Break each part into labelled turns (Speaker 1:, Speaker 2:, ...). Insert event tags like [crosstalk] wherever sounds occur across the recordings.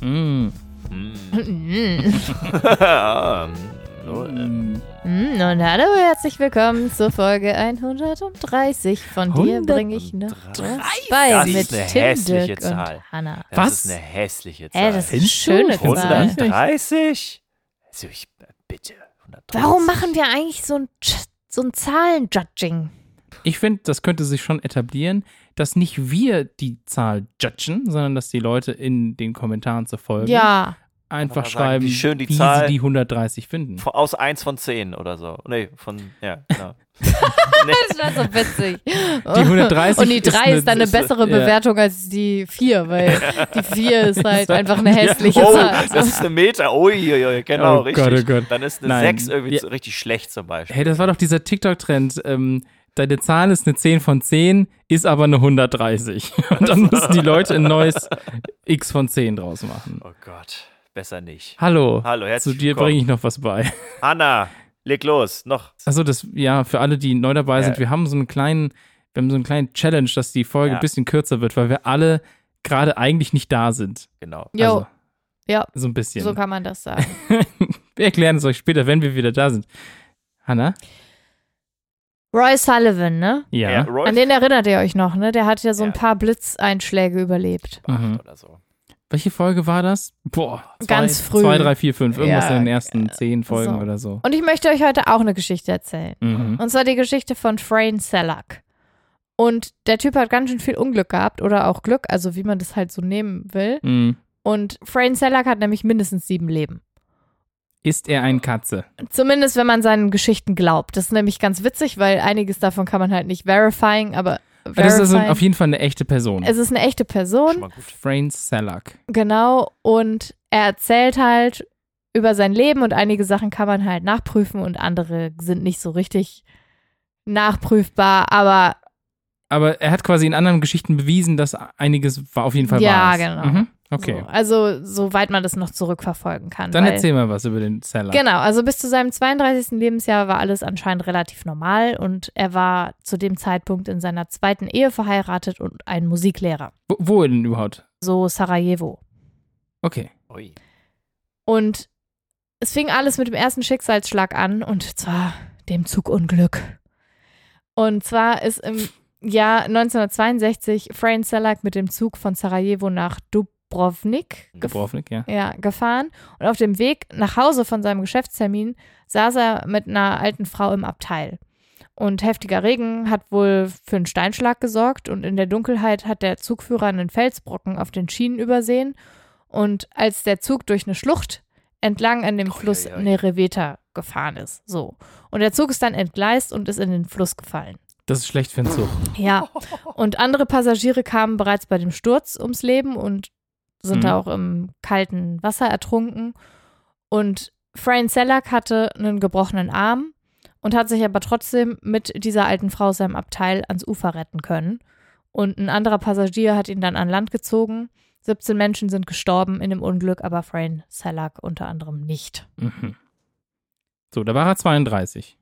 Speaker 1: Mm.
Speaker 2: Hm.
Speaker 3: Ähm, äh.
Speaker 2: Mm, Und hallo, herzlich willkommen zur Folge 130. Von dir bringe ich noch was bei
Speaker 3: Das ist
Speaker 2: mit
Speaker 3: eine
Speaker 2: Tim,
Speaker 3: hässliche
Speaker 2: Dirk
Speaker 3: Zahl.
Speaker 2: und Hanna.
Speaker 3: Das
Speaker 1: Was?
Speaker 3: ist eine hässliche Zahl.
Speaker 2: Ey, das ist
Speaker 1: Äh,
Speaker 2: eine
Speaker 1: Findest du?
Speaker 2: schöne Zahl.
Speaker 3: 130? Also ich, bitte. 130.
Speaker 2: Warum machen wir eigentlich so ein, Tsch- so ein Zahlen-Judging?
Speaker 1: Ich finde, das könnte sich schon etablieren, dass nicht wir die Zahl judgen, sondern dass die Leute in den Kommentaren zur Folge
Speaker 2: Ja,
Speaker 1: einfach
Speaker 3: Kann man sagen,
Speaker 1: schreiben,
Speaker 3: wie schön die
Speaker 1: wie
Speaker 3: Zahl-
Speaker 1: sie die 130 finden.
Speaker 3: Von- Aus 1 von 10 oder so. Nee, von, ja,
Speaker 2: [laughs]
Speaker 3: genau.
Speaker 2: das war so witzig.
Speaker 1: Die 130
Speaker 2: [laughs] und die
Speaker 1: ist
Speaker 2: 3
Speaker 1: eine-
Speaker 2: ist,
Speaker 1: [laughs]
Speaker 2: dann eine
Speaker 1: ist eine-
Speaker 2: bessere
Speaker 1: ja.
Speaker 2: Bewertung als die 4, weil die 4
Speaker 1: [laughs]
Speaker 2: ist halt einfach eine hässliche
Speaker 3: oh,
Speaker 2: Zahl.
Speaker 3: das ist eine Meter. Uiuiui, genau,
Speaker 1: Oh
Speaker 3: richtig.
Speaker 1: Gott, oh Gott.
Speaker 3: Dann ist eine
Speaker 1: Nein.
Speaker 3: 6 irgendwie
Speaker 1: Ja.
Speaker 3: so richtig schlecht zum Beispiel.
Speaker 1: Hey, das war doch dieser TikTok-Trend. Ähm, deine Zahl ist eine 10 von 10, ist aber eine 130. [laughs] Und dann müssen die Leute ein neues X von 10 draus machen.
Speaker 3: Oh Gott, besser nicht.
Speaker 1: Hallo.
Speaker 3: Hallo, herzlich
Speaker 1: Zu dir
Speaker 3: willkommen.
Speaker 1: bringe ich noch was bei.
Speaker 3: Anna, leg los. Noch.
Speaker 1: Also das, ja, für alle, die neu dabei sind,
Speaker 3: Ja.
Speaker 1: wir haben so einen kleinen, wir haben so einen kleinen Challenge, dass die Folge
Speaker 3: Ja.
Speaker 1: ein bisschen kürzer wird, weil wir alle gerade eigentlich nicht da sind.
Speaker 3: Genau.
Speaker 2: Jo,
Speaker 1: Also,
Speaker 2: ja,
Speaker 1: so ein bisschen.
Speaker 2: so kann man das sagen.
Speaker 1: wir erklären es euch später, wenn wir wieder da sind. Hanna?
Speaker 2: Roy Sullivan, ne?
Speaker 1: Ja.
Speaker 3: Rolf
Speaker 2: An den erinnert ihr euch noch, ne? Der hat ja so ein
Speaker 3: Ja.
Speaker 2: paar Blitzeinschläge überlebt.
Speaker 1: Mhm.
Speaker 3: oder so.
Speaker 1: Welche Folge war das? Boah, zwei,
Speaker 2: Ganz früh.
Speaker 1: Zwei, drei, vier, fünf, irgendwas
Speaker 2: Ja, äh,
Speaker 1: in den ersten zehn Folgen
Speaker 2: So.
Speaker 1: oder so.
Speaker 2: Und ich möchte euch heute auch eine Geschichte erzählen.
Speaker 1: Mhm.
Speaker 2: Und zwar die Geschichte von Frain Selak. Und der Typ hat ganz schön viel Unglück gehabt oder auch Glück, also wie man das halt so nehmen will.
Speaker 1: Mhm.
Speaker 2: Und Frain Selak hat nämlich mindestens sieben Leben.
Speaker 1: Ist er ein Katze?
Speaker 2: Zumindest, wenn man seinen Geschichten glaubt. Das ist nämlich ganz witzig, weil einiges davon kann man halt nicht verifying, aber
Speaker 1: Das ist also
Speaker 2: verifying.
Speaker 1: auf jeden Fall eine echte Person.
Speaker 2: es ist eine echte
Speaker 3: Schon
Speaker 2: Person.
Speaker 3: mal gut.
Speaker 1: Frain Selak.
Speaker 2: Genau, und er erzählt halt über sein Leben und einige Sachen kann man halt nachprüfen und andere sind nicht so richtig nachprüfbar, aber
Speaker 1: Aber er hat quasi in anderen Geschichten bewiesen, dass einiges war auf jeden Fall
Speaker 2: Ja,
Speaker 1: wahr ist.
Speaker 2: genau.
Speaker 1: Mhm. Okay.
Speaker 2: so, also soweit man das noch zurückverfolgen kann.
Speaker 1: Dann
Speaker 2: weil,
Speaker 1: erzähl mal was über den Selak.
Speaker 2: Genau, also bis zu seinem 32. Lebensjahr war alles anscheinend relativ normal und er war zu dem Zeitpunkt in seiner zweiten Ehe verheiratet und ein Musiklehrer,
Speaker 1: Wo, wo denn überhaupt?
Speaker 2: so Sarajevo.
Speaker 1: Okay.
Speaker 3: Ui.
Speaker 2: Und es fing alles mit dem ersten Schicksalsschlag an und zwar dem Zugunglück. Und zwar ist im Jahr 1962 Frank Selak mit dem Zug von Sarajevo nach Dubrovnik gef
Speaker 1: Gebrovnik, ja.
Speaker 2: ja, gefahren. Und auf dem Weg nach Hause von seinem Geschäftstermin saß er mit einer alten Frau im Abteil. Und heftiger Regen hat wohl für einen Steinschlag gesorgt und in der Dunkelheit hat der Zugführer einen Felsbrocken auf den Schienen übersehen. Und als der Zug durch eine Schlucht entlang an dem
Speaker 3: Ui,
Speaker 2: Fluss
Speaker 3: ui, ui.
Speaker 2: Nereveta gefahren ist. So. Und der Zug ist dann entgleist und ist in den Fluss gefallen.
Speaker 1: Das ist schlecht für den Zug.
Speaker 2: Ja. Und andere Passagiere kamen bereits bei dem Sturz ums Leben und sind
Speaker 1: Mhm.
Speaker 2: da auch im kalten Wasser ertrunken. Und Fran Selak hatte einen gebrochenen Arm und hat sich aber trotzdem mit dieser alten Frau aus seinem Abteil ans Ufer retten können. Und ein anderer Passagier hat ihn dann an Land gezogen. 17 Menschen sind gestorben in dem Unglück, aber Fran Selak unter anderem nicht.
Speaker 1: Mhm. So, da war er 32.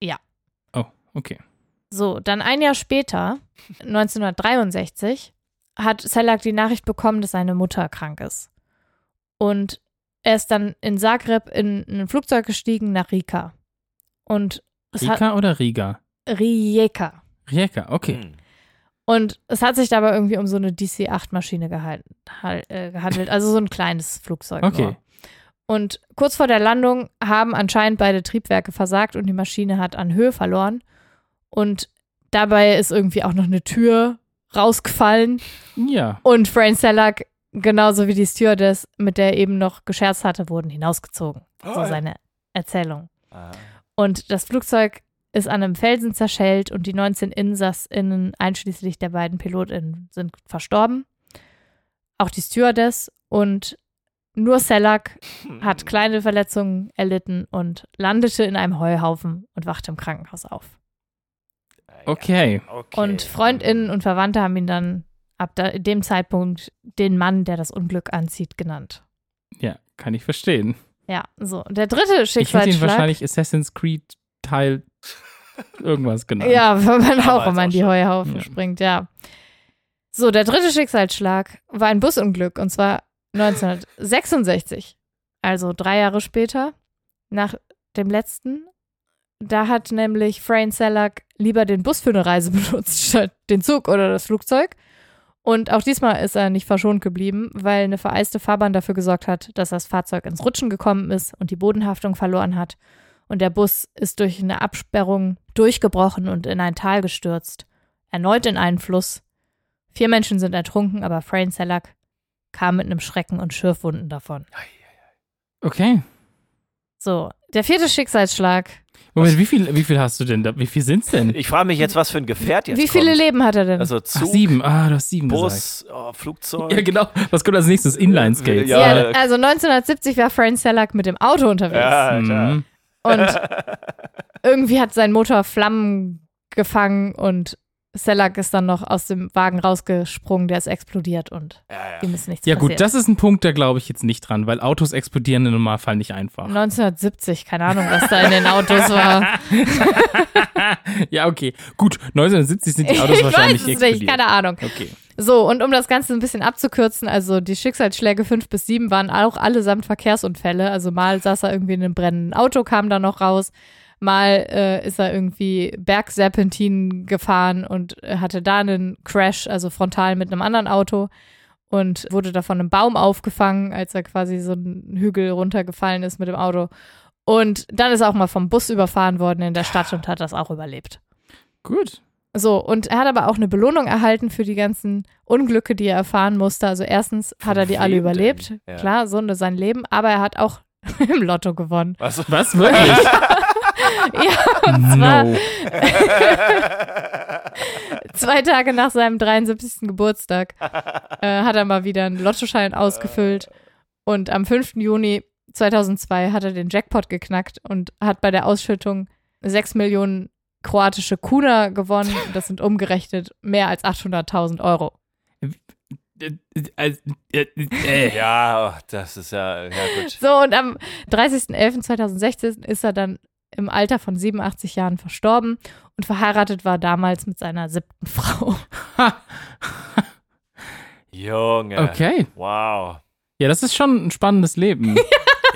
Speaker 2: Ja.
Speaker 1: Oh, okay.
Speaker 2: So, dann ein Jahr später, 1963, hat Selak die Nachricht bekommen, dass seine Mutter krank ist. Und er ist dann in Zagreb in ein Flugzeug gestiegen nach Rika. Und es hat
Speaker 1: Rika oder Riga?
Speaker 2: Rijeka.
Speaker 1: Rijeka, okay.
Speaker 3: Hm.
Speaker 2: Und es hat sich dabei irgendwie um so eine DC-8-Maschine gehandelt, also so ein kleines Flugzeug.
Speaker 1: Okay.
Speaker 2: Nur. Und kurz vor der Landung haben anscheinend beide Triebwerke versagt und die Maschine hat an Höhe verloren. Und dabei ist irgendwie auch noch eine Tür rausgefallen.
Speaker 1: Ja.
Speaker 2: Und Fran Selak, genauso wie die Stewardess, mit der er eben noch gescherzt hatte, wurden hinausgezogen. So seine Erzählung.
Speaker 3: Ah.
Speaker 2: Und das Flugzeug ist an einem Felsen zerschellt und die 19 InsassInnen, einschließlich der beiden PilotInnen, sind verstorben. Auch die Stewardess und nur Selak
Speaker 1: Hm.
Speaker 2: hat kleine Verletzungen erlitten und landete in einem Heuhaufen und wachte im Krankenhaus auf.
Speaker 3: Ja,
Speaker 1: Okay.
Speaker 3: okay.
Speaker 2: Und FreundInnen und Verwandte haben ihn dann ab da, dem Zeitpunkt den Mann, der das Unglück anzieht, genannt.
Speaker 1: Ja, kann ich verstehen.
Speaker 2: Ja, so. Der dritte
Speaker 1: Ich hätte ihn
Speaker 2: Schicksalsschlag.
Speaker 1: wahrscheinlich Assassin's Creed Teil irgendwas genannt.
Speaker 2: Ja, [laughs] wenn man auch,
Speaker 3: Damals
Speaker 2: wenn man
Speaker 3: auch
Speaker 2: die
Speaker 3: schon.
Speaker 2: Heuhaufen
Speaker 1: Ja.
Speaker 2: springt, ja. So, der dritte Schicksalsschlag war ein Busunglück und zwar 1966. Also drei Jahre später, nach dem letzten, da hat nämlich Frain Selleck lieber den Bus für eine Reise [laughs] benutzt, statt den Zug oder das Flugzeug. Und auch diesmal ist er nicht verschont geblieben, weil eine vereiste Fahrbahn dafür gesorgt hat, dass das Fahrzeug ins Rutschen gekommen ist und die Bodenhaftung verloren hat. Und der Bus ist durch eine Absperrung durchgebrochen und in ein Tal gestürzt. Erneut in einen Fluss. Vier Menschen sind ertrunken, aber Frain Selleck kam mit einem Schrecken und Schürfwunden davon.
Speaker 1: Okay.
Speaker 2: So, der vierte Schicksalsschlag.
Speaker 1: Moment, wie viel, wie viel hast du denn da? Wie viel sind's denn?
Speaker 3: Ich frage mich jetzt, was für ein Gefährt jetzt
Speaker 2: Wie viele
Speaker 3: kommt.
Speaker 2: Leben hat er denn?
Speaker 3: Also
Speaker 1: Ach,
Speaker 3: Zug,
Speaker 1: sieben. Ah, du hast sieben gesagt.
Speaker 3: Bus, oh, Flugzeug.
Speaker 1: Ja, genau. Was kommt als nächstes? Inline-Skates.
Speaker 2: ja,
Speaker 3: Ja,
Speaker 2: also 1970 war Frank Selleck mit dem Auto unterwegs.
Speaker 3: Ja, klar.
Speaker 1: Mhm.
Speaker 3: [laughs]
Speaker 2: Und irgendwie hat sein Motor Flammen gefangen und Selleck ist dann noch aus dem Wagen rausgesprungen, der ist explodiert und
Speaker 3: Ja, ja.
Speaker 2: ihm ist nichts
Speaker 1: Ja
Speaker 2: passiert.
Speaker 1: gut, das ist ein Punkt, da glaube ich jetzt nicht dran, weil Autos explodieren im Normalfall nicht einfach.
Speaker 2: 1970, keine Ahnung, was da in den Autos war.
Speaker 1: Ja, okay. Gut, 1970 sind [laughs] die
Speaker 2: [laughs] ich
Speaker 1: Autos wahrscheinlich
Speaker 2: weiß es nicht,
Speaker 1: explodiert.
Speaker 2: keine Ahnung.
Speaker 1: Okay.
Speaker 2: So, und um das Ganze ein bisschen abzukürzen, also die Schicksalsschläge 5 bis 7 waren auch allesamt Verkehrsunfälle. Also mal saß er irgendwie in einem brennenden Auto, kam da noch raus. Mal äh, ist er irgendwie Bergserpentinen gefahren und äh, hatte da einen Crash, also frontal mit einem anderen Auto und wurde da von einem Baum aufgefangen, als er quasi so einen Hügel runtergefallen ist mit dem Auto. Und dann ist er auch mal vom Bus überfahren worden in der Stadt und hat das auch überlebt.
Speaker 1: Gut.
Speaker 2: So, und er hat aber auch eine Belohnung erhalten für die ganzen Unglücke, die er erfahren musste. Also erstens hat
Speaker 3: Von
Speaker 2: er die alle
Speaker 3: wem
Speaker 2: überlebt,
Speaker 3: denn? Ja.
Speaker 2: klar, so eine sein Leben, aber er hat auch [laughs] im Lotto gewonnen.
Speaker 3: Was?
Speaker 1: Was wirklich?
Speaker 2: [laughs] Ja, und zwar
Speaker 1: no.
Speaker 2: [laughs] zwei Tage nach seinem 73.
Speaker 3: [laughs]
Speaker 2: Geburtstag äh, hat er mal wieder einen
Speaker 3: Äh.
Speaker 2: Lottoschein ausgefüllt und am 5. Juni 2002 hat er den Jackpot geknackt und hat bei der Ausschüttung 6 Millionen kroatische Kuna
Speaker 3: [laughs]
Speaker 2: gewonnen. Das sind umgerechnet mehr als 800.000 Euro.
Speaker 1: Äh, äh, äh, äh.
Speaker 3: [laughs] Ja, oh, das ist ja, ja gut.
Speaker 2: So, und am 30.11.2016 ist er dann im Alter von 87 Jahren verstorben und verheiratet war damals mit seiner siebten [laughs] Frau.
Speaker 3: Junge.
Speaker 1: Okay.
Speaker 3: Wow.
Speaker 1: Ja, das ist schon ein spannendes
Speaker 2: [laughs]
Speaker 1: Leben.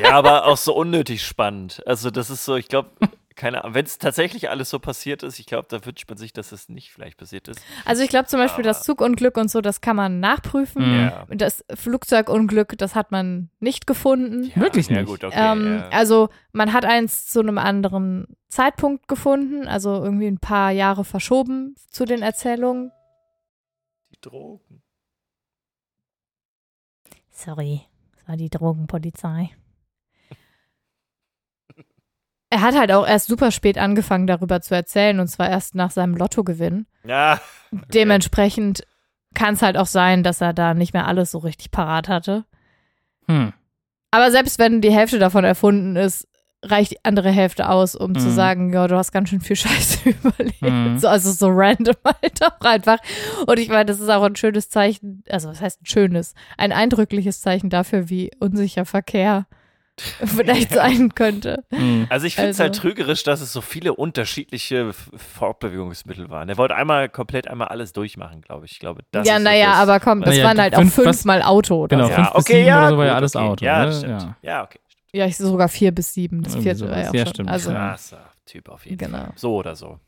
Speaker 3: Ja, aber auch so unnötig spannend. Also, das ist so, ich glaube, keine Ahnung, wenn es tatsächlich alles so passiert ist, ich glaube, da wünscht man sich, dass es nicht vielleicht passiert ist.
Speaker 2: Also ich glaube zum Beispiel das Zugunglück und so, das kann man nachprüfen.
Speaker 1: Mhm.
Speaker 3: Ja.
Speaker 2: Und Das Flugzeugunglück, das hat man nicht gefunden.
Speaker 1: Wirklich
Speaker 3: ja,
Speaker 1: nicht.
Speaker 3: Gut, okay,
Speaker 2: ähm,
Speaker 3: ja.
Speaker 2: Also man hat eins zu einem anderen Zeitpunkt gefunden, also irgendwie ein paar Jahre verschoben zu den Erzählungen.
Speaker 3: Die Drogen.
Speaker 2: Sorry, das war die Drogenpolizei. [laughs] Er hat halt auch erst super spät angefangen, darüber zu erzählen, und zwar erst nach seinem Lottogewinn.
Speaker 3: Ja,
Speaker 2: Dementsprechend kann es halt auch sein, dass er da nicht mehr alles so richtig parat hatte.
Speaker 1: Hm.
Speaker 2: Aber selbst wenn die Hälfte davon erfunden ist, reicht die andere Hälfte aus, um zu
Speaker 1: Mhm.
Speaker 2: sagen, ja, du hast ganz schön viel Scheiße [laughs] überlebt.
Speaker 1: Mhm.
Speaker 2: So, also so random [laughs] halt auch einfach. Und ich meine, das ist auch ein schönes Zeichen, also was heißt ein schönes, ein eindrückliches Zeichen dafür, wie
Speaker 1: [laughs]
Speaker 2: unsicher Verkehr vielleicht sein könnte.
Speaker 1: Hm.
Speaker 3: also ich finde es
Speaker 2: Also-
Speaker 3: halt trügerisch, dass es so viele unterschiedliche F- Fortbewegungsmittel waren. Er wollte einmal komplett einmal alles durchmachen, glaube ich. Ich glaube, das
Speaker 2: ja,
Speaker 3: ist so
Speaker 2: naja,
Speaker 3: das-
Speaker 2: aber komm, das
Speaker 1: Naja,
Speaker 2: waren
Speaker 1: die
Speaker 2: halt auch
Speaker 1: fünf- was-
Speaker 2: fünfmal Auto. Oder
Speaker 1: Genau,
Speaker 2: so.
Speaker 1: fünf
Speaker 3: Ja,
Speaker 1: bis
Speaker 3: okay,
Speaker 1: sieben
Speaker 3: ja,
Speaker 1: oder so war ja
Speaker 3: gut,
Speaker 1: alles
Speaker 3: okay.
Speaker 1: Auto.
Speaker 3: Ja,
Speaker 1: ne?
Speaker 3: das stimmt. Ja, okay.
Speaker 2: Ja, ich sogar vier bis sieben, das
Speaker 1: Irgendwie
Speaker 2: vierte war ja
Speaker 1: sowas.
Speaker 2: auch
Speaker 1: Ja,
Speaker 2: schon.
Speaker 1: stimmt,
Speaker 2: also,
Speaker 1: ja.
Speaker 3: Krasser Typ auf jeden
Speaker 2: genau.
Speaker 3: Fall. So oder so.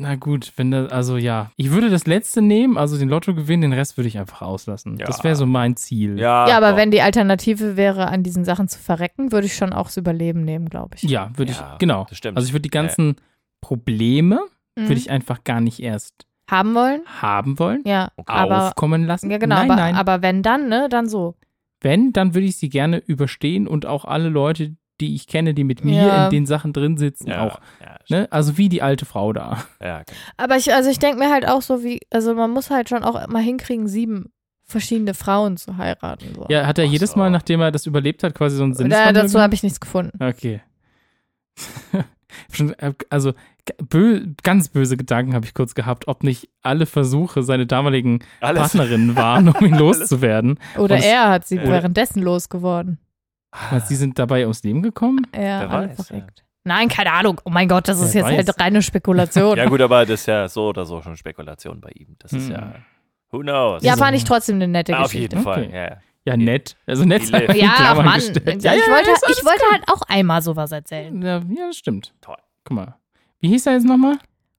Speaker 1: Na gut, wenn das, also ja. Ich würde das letzte nehmen, also den Lotto gewinnen, den Rest würde ich einfach auslassen.
Speaker 3: Ja.
Speaker 1: Das wäre so mein Ziel.
Speaker 3: Ja,
Speaker 2: Ja, aber
Speaker 3: doch.
Speaker 2: wenn die Alternative wäre, an diesen Sachen zu verrecken, würde ich schon auch das Überleben nehmen, glaube ich.
Speaker 1: Ja, würde
Speaker 3: Ja,
Speaker 1: ich, genau.
Speaker 3: das stimmt.
Speaker 1: Also ich würde die ganzen Probleme,
Speaker 2: Mhm.
Speaker 1: würde ich einfach gar nicht erst
Speaker 2: haben wollen.
Speaker 1: haben wollen,
Speaker 2: Ja, aber
Speaker 1: aufkommen lassen.
Speaker 2: ja genau,
Speaker 1: nein,
Speaker 2: aber,
Speaker 1: nein.
Speaker 2: aber wenn dann, ne, dann so.
Speaker 1: Wenn, dann würde ich sie gerne überstehen und auch alle Leute, die ich kenne, die mit mir
Speaker 2: Ja.
Speaker 1: in den Sachen drin sitzen,
Speaker 3: ja,
Speaker 1: auch.
Speaker 3: Ja, stimmt.
Speaker 1: Ne? Also wie die alte Frau da.
Speaker 3: ja, okay.
Speaker 2: Aber ich, also ich denke mir halt auch so, wie, also man muss halt schon auch mal hinkriegen, sieben verschiedene Frauen zu heiraten. So.
Speaker 1: Ja, also hat er
Speaker 3: Ach
Speaker 1: jedes
Speaker 3: so.
Speaker 1: Mal, nachdem er das überlebt hat, quasi so einen
Speaker 2: da,
Speaker 1: Sinneswandel?
Speaker 2: dazu habe ich nichts gefunden.
Speaker 1: Okay. [laughs] Schon, äh, also g- bö ganz böse Gedanken habe ich kurz gehabt, ob nicht alle Versuche seine damaligen
Speaker 3: Alles. [laughs]
Speaker 1: Partnerinnen waren, um ihn loszuwerden.
Speaker 2: Oder
Speaker 1: Und es-
Speaker 2: er hat sie
Speaker 3: Oder-
Speaker 2: währenddessen losgeworden.
Speaker 1: Was, die sind dabei ums Leben gekommen?
Speaker 2: Ja,
Speaker 3: Wer
Speaker 2: alle
Speaker 3: weiß,
Speaker 2: verreckt. Nein, keine Ahnung. Oh mein Gott, das ist
Speaker 1: Wer weiß.
Speaker 2: jetzt halt
Speaker 1: [laughs]
Speaker 2: reine Spekulation.
Speaker 3: Ja, gut, aber das ist ja so oder so schon Spekulation bei ihm. Das ist
Speaker 1: Hm.
Speaker 3: ja. Who knows?
Speaker 2: ja, fand ich trotzdem eine nette
Speaker 3: Ah, auf
Speaker 2: Geschichte.
Speaker 3: jeden Fall.
Speaker 1: Okay.
Speaker 3: Ja.
Speaker 1: Ja, nett. Also nett.
Speaker 3: Elef. [laughs]
Speaker 1: in
Speaker 2: Ja,
Speaker 1: Klammern
Speaker 2: Mann.
Speaker 1: gestellt.
Speaker 2: Ich,
Speaker 1: Ja, ja,
Speaker 2: wollte,
Speaker 1: ist alles
Speaker 2: ich wollte halt auch einmal sowas erzählen.
Speaker 1: Ja, ja, stimmt.
Speaker 3: Toll.
Speaker 1: Guck mal. Wie hieß er jetzt nochmal?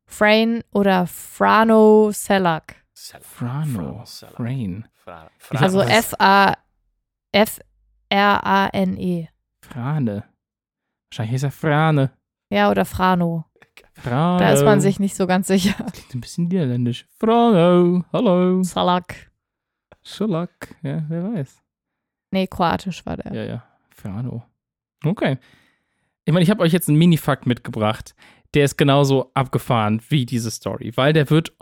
Speaker 2: Frain oder Frano Selak.
Speaker 3: Sal-
Speaker 1: Frano.
Speaker 3: Sal-
Speaker 1: Frain.
Speaker 3: Fra- Fra-
Speaker 1: Ja,
Speaker 2: Also
Speaker 1: aber das-
Speaker 2: F-A-F-R-A-N-E.
Speaker 1: Frane. Wahrscheinlich hieß er Frane.
Speaker 2: Ja, oder Frano.
Speaker 1: Frane.
Speaker 2: Da ist man sich nicht so ganz sicher.
Speaker 1: [laughs] Das klingt ein bisschen niederländisch. Frano. Hallo.
Speaker 2: Salak.
Speaker 1: Schulak. Ja, wer weiß.
Speaker 2: Nee, kroatisch war der.
Speaker 1: Ja, ja. Frano. Okay. Ich meine, ich habe euch jetzt einen Mini-Fakt mitgebracht. Der ist genauso abgefahren wie diese Story, weil der wird,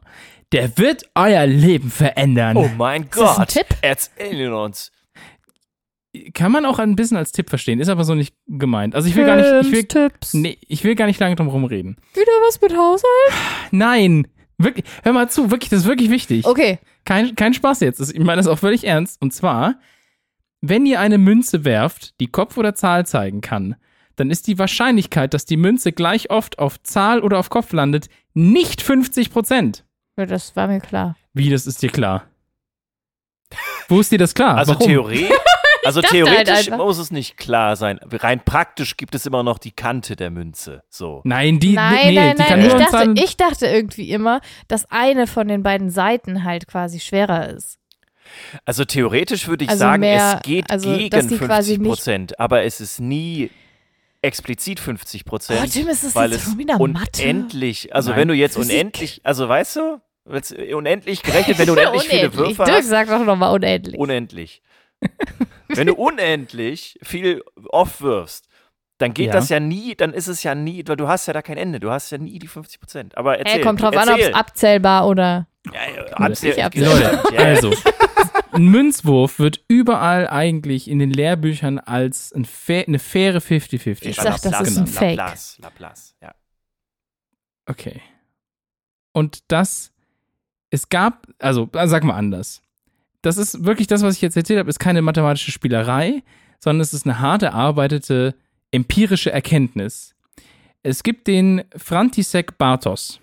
Speaker 1: der wird euer Leben verändern.
Speaker 3: Oh mein
Speaker 2: das ein
Speaker 3: Gott.
Speaker 2: Tipp?
Speaker 3: Erzähl uns.
Speaker 1: Kann man auch ein bisschen als Tipp verstehen, ist aber so nicht gemeint. Also ich will gar nicht, ich will,
Speaker 2: Tipps.
Speaker 1: nee, ich will gar nicht lange drum rumreden.
Speaker 2: Wieder was mit Haushalt?
Speaker 1: Nein. Wirklich, hör mal zu, wirklich, das ist wirklich wichtig.
Speaker 2: Okay.
Speaker 1: Kein, kein Spaß jetzt. Ich meine das auch völlig ernst. Und zwar, wenn ihr eine Münze werft, die Kopf oder Zahl zeigen kann, dann ist die Wahrscheinlichkeit, dass die Münze gleich oft auf Zahl oder auf Kopf landet, nicht 50 Prozent.
Speaker 2: Ja, das war mir klar.
Speaker 1: Wie, das ist dir
Speaker 2: [laughs]
Speaker 1: klar? Wo ist dir das klar?
Speaker 3: Also
Speaker 1: Warum?
Speaker 3: Theorie. Also
Speaker 2: Ah, dachte halt
Speaker 3: theoretisch
Speaker 2: einfach.
Speaker 3: muss es nicht klar sein. Rein praktisch gibt es immer noch die Kante der Münze. So.
Speaker 1: Nein, die,
Speaker 2: Nein,
Speaker 1: nee,
Speaker 2: nein,
Speaker 1: die kann
Speaker 2: nein. Ich
Speaker 1: nur an
Speaker 2: dachte,
Speaker 1: Zahlen-
Speaker 2: ich dachte irgendwie immer, dass eine von den beiden Seiten halt quasi schwerer ist.
Speaker 3: Also theoretisch würde ich
Speaker 2: Also
Speaker 3: sagen,
Speaker 2: mehr-
Speaker 3: es geht
Speaker 2: also, dass
Speaker 3: gegen
Speaker 2: die quasi
Speaker 3: 50 Prozent, aber es ist nie explizit 50 Prozent.
Speaker 2: Oh, Tim, ist das
Speaker 3: weil
Speaker 2: jetzt
Speaker 3: es
Speaker 2: schon wieder Mathe?
Speaker 3: unendlich, also
Speaker 1: Nein.
Speaker 3: wenn du jetzt
Speaker 2: Physik.
Speaker 3: unendlich, also weißt du, wenn's unendlich
Speaker 2: [laughs]
Speaker 3: gerechnet, wenn du unendlich, viele Würfe
Speaker 2: Oh, Dirk,
Speaker 3: hast,
Speaker 2: sag doch nochmal unendlich.
Speaker 3: unendlich.
Speaker 2: [laughs]
Speaker 3: wenn du unendlich viel oft wirfst, dann geht
Speaker 1: Ja.
Speaker 3: das ja nie, dann ist es ja nie, weil du hast ja da kein Ende, du hast ja nie die 50 Prozent. Aber erzähl,
Speaker 2: Hey, kommt drauf an, ob
Speaker 3: erzähl.
Speaker 2: es abzählbar oder.
Speaker 3: abzähl-
Speaker 2: Nicht abzähl-
Speaker 1: Leute,
Speaker 3: Ja, ja.
Speaker 1: also, [laughs] ein Münzwurf wird überall eigentlich in den Lehrbüchern als ein fair, eine faire 50-50.
Speaker 2: Ich
Speaker 1: betrachtet.
Speaker 2: sag, das ist ein
Speaker 1: Genau.
Speaker 2: Fake.
Speaker 3: Laplace, Laplace, ja.
Speaker 1: Okay. Und das, es gab, also äh, sag mal anders. Das ist wirklich das, was ich jetzt erzählt habe, ist keine mathematische Spielerei, sondern es ist eine hart erarbeitete empirische Erkenntnis. Es gibt den František Bartos.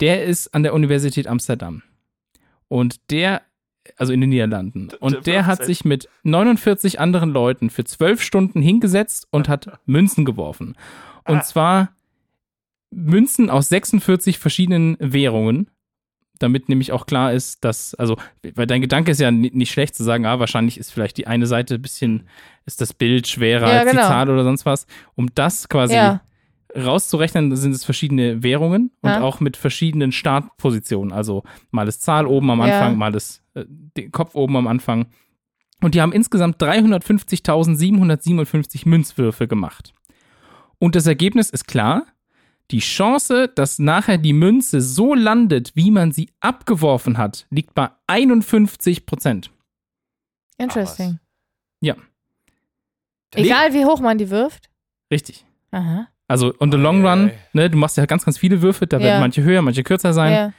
Speaker 1: Der ist an der Universität Amsterdam. Und der, also in den Niederlanden. Und der hat sich mit 49 anderen Leuten für 12 Stunden hingesetzt und hat Münzen geworfen. Und zwar Münzen aus 46 verschiedenen Währungen, damit nämlich auch klar ist, dass, also, weil dein Gedanke ist ja ni- nicht schlecht zu sagen, ah, wahrscheinlich ist vielleicht die eine Seite ein bisschen, ist das Bild schwerer
Speaker 2: Ja,
Speaker 1: als
Speaker 2: genau.
Speaker 1: die Zahl oder sonst was. Um das quasi
Speaker 2: Ja.
Speaker 1: rauszurechnen, sind es verschiedene Währungen und
Speaker 2: Ja.
Speaker 1: auch mit verschiedenen Startpositionen. Also mal das Zahl oben am
Speaker 2: Ja.
Speaker 1: Anfang, mal das äh, den Kopf oben am Anfang. Und die haben insgesamt 350.757 Münzwürfe gemacht. Und das Ergebnis ist klar. Die Chance, dass nachher die Münze so landet, wie man sie abgeworfen hat, liegt bei 51 Prozent.
Speaker 2: Interesting.
Speaker 1: Ja,
Speaker 2: Egal wie hoch man die wirft.
Speaker 1: richtig.
Speaker 2: Aha.
Speaker 1: Also on the
Speaker 3: Ei,
Speaker 1: long
Speaker 3: ei,
Speaker 1: run,
Speaker 3: ei.
Speaker 1: ne, du machst ja ganz, ganz viele Würfe, da
Speaker 2: Ja.
Speaker 1: werden manche höher, manche kürzer sein.
Speaker 2: Ja.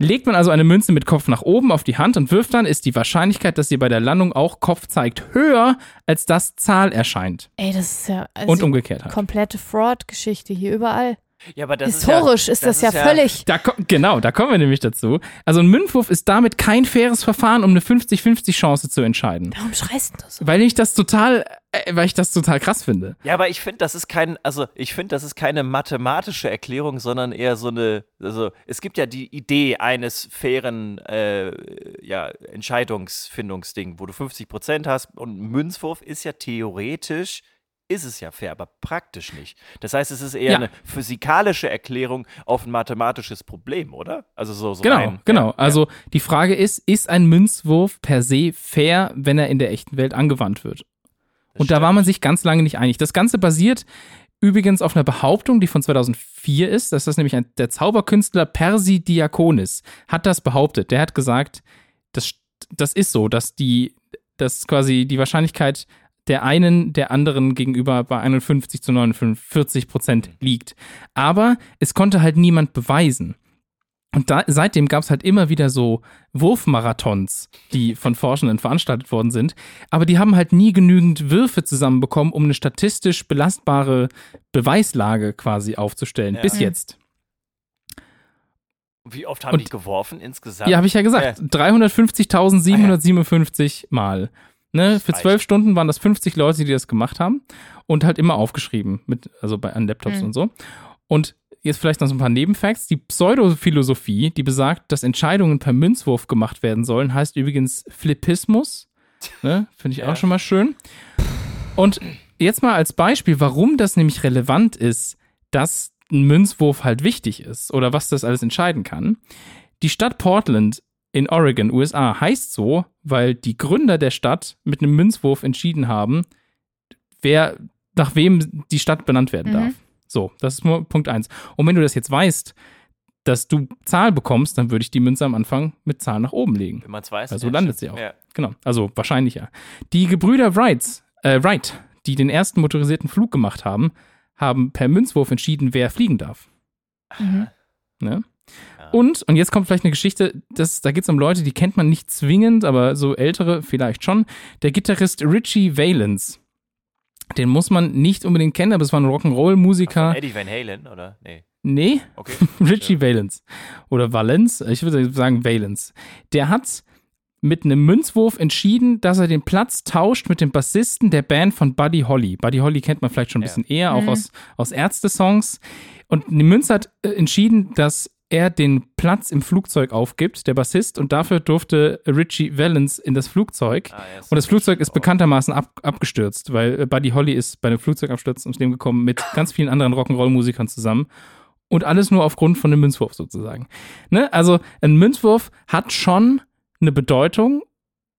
Speaker 1: Legt man also eine Münze mit Kopf nach oben auf die Hand und wirft dann, ist die Wahrscheinlichkeit, dass ihr bei der Landung auch Kopf zeigt, höher, als das Zahl erscheint.
Speaker 2: Ey, das ist ja also
Speaker 1: und umgekehrt halt.
Speaker 2: komplette Fraud-Geschichte hier überall.
Speaker 3: Ja, aber das
Speaker 2: Historisch ist,
Speaker 3: ja,
Speaker 2: das, ja, völlig.
Speaker 1: Da ko- genau, da kommen wir nämlich dazu. Also ein Münzwurf ist damit kein faires Verfahren, um eine 50-50 Chance zu entscheiden.
Speaker 2: Warum schreist du so?
Speaker 1: Weil ich das total, äh, weil ich das total krass finde.
Speaker 3: Ja, aber ich finde, das ist kein, also ich finde, das ist keine mathematische Erklärung, sondern eher so eine, also es gibt ja die Idee eines fairen äh, ja, Entscheidungsfindungsding, wo du 50 Prozent hast und ein Münzwurf ist ja theoretisch, ist es ja fair, aber praktisch nicht. Das heißt, es ist eher
Speaker 1: Ja.
Speaker 3: eine physikalische Erklärung auf ein mathematisches Problem, oder? Also so, so
Speaker 1: Genau,
Speaker 3: rein-
Speaker 1: genau.
Speaker 3: ja,
Speaker 1: also die Frage ist, ist ein Münzwurf per se fair, wenn er in der echten Welt angewandt wird?
Speaker 3: das
Speaker 1: Und da
Speaker 3: stimmt.
Speaker 1: war man sich ganz lange nicht einig. Das Ganze basiert übrigens auf einer Behauptung, die von 2004 ist. Das ist nämlich ein, der Zauberkünstler Persi Diakonis hat das behauptet. Der hat gesagt, das, st- das ist so, dass die, dass quasi die Wahrscheinlichkeit der einen der anderen gegenüber bei 51 zu 49 Prozent liegt. Aber es konnte halt niemand beweisen. Und da, seitdem gab es halt immer wieder so Wurfmarathons, die von Forschenden veranstaltet worden sind. Aber die haben halt nie genügend Würfe zusammenbekommen, um eine statistisch belastbare Beweislage quasi aufzustellen.
Speaker 3: Ja.
Speaker 1: Bis
Speaker 2: Mhm.
Speaker 1: jetzt.
Speaker 3: Wie oft haben
Speaker 1: Und-
Speaker 3: die geworfen insgesamt?
Speaker 1: Ja, habe ich ja gesagt. 350.757 Mal. Ne? Für
Speaker 3: reicht.
Speaker 1: zwölf Stunden waren das 50 Leute, die das gemacht haben und halt immer aufgeschrieben, mit, also bei, an Laptops
Speaker 2: Mhm.
Speaker 1: und so. Und jetzt vielleicht noch so ein paar Nebenfacts. Die Pseudophilosophie, die besagt, dass Entscheidungen per Münzwurf gemacht werden sollen, heißt übrigens Flippismus. Ne? Finde ich
Speaker 3: [laughs] Ja.
Speaker 1: auch schon mal schön. Und jetzt mal als Beispiel, warum das nämlich relevant ist, dass ein Münzwurf halt wichtig ist oder was das alles entscheiden kann. Die Stadt Portland in Oregon, USA, heißt so, weil die Gründer der Stadt mit einem Münzwurf entschieden haben, wer nach wem die Stadt benannt werden
Speaker 2: Mhm.
Speaker 1: darf. So, das ist nur Punkt eins. Und wenn du das jetzt weißt, dass du Zahl bekommst, dann würde ich die Münze am Anfang mit Zahl nach oben legen.
Speaker 3: Wenn man es weiß.
Speaker 1: Also
Speaker 3: ja,
Speaker 1: landet
Speaker 3: stimmt.
Speaker 1: sie auch.
Speaker 3: Ja.
Speaker 1: Genau, also wahrscheinlich ja. Die Gebrüder Wrights, äh, Wright, die den ersten motorisierten Flug gemacht haben, haben per Münzwurf entschieden, wer fliegen darf.
Speaker 2: Mhm.
Speaker 1: Ne?
Speaker 3: Ja.
Speaker 1: Und, und jetzt kommt vielleicht eine Geschichte, das, da geht es um Leute, die kennt man nicht zwingend, aber so ältere vielleicht schon. Der Gitarrist Richie Valens. Den muss man nicht unbedingt kennen, aber es war ein
Speaker 3: Von
Speaker 1: Rock'n'Roll-Musiker.
Speaker 3: Eddie Van Halen, oder? Nee.
Speaker 1: Nee,
Speaker 3: Okay.
Speaker 1: [laughs] Richie Valens. Oder Valens. Ich würde sagen Valens. Der hat mit einem Münzwurf entschieden, dass er den Platz tauscht mit dem Bassisten der Band von Buddy Holly. Buddy Holly kennt man vielleicht schon ein
Speaker 3: Ja.
Speaker 1: bisschen eher, auch
Speaker 2: Mhm.
Speaker 1: aus, aus Ärzte-Songs. Und die Münze hat äh, entschieden, dass er den Platz im Flugzeug aufgibt, der Bassist, und dafür durfte Richie Valens in das Flugzeug.
Speaker 3: Ah, ja, ist
Speaker 1: Und das
Speaker 3: ein
Speaker 1: Flugzeug ist
Speaker 3: Mensch.
Speaker 1: bekanntermaßen ab, abgestürzt, weil äh, Buddy Holly ist bei einem Flugzeugabsturz ums Leben gekommen mit ganz vielen anderen Rock'n'Roll-Musikern zusammen. Und alles nur aufgrund von einem Münzwurf sozusagen. Ne? Also ein Münzwurf hat schon eine Bedeutung.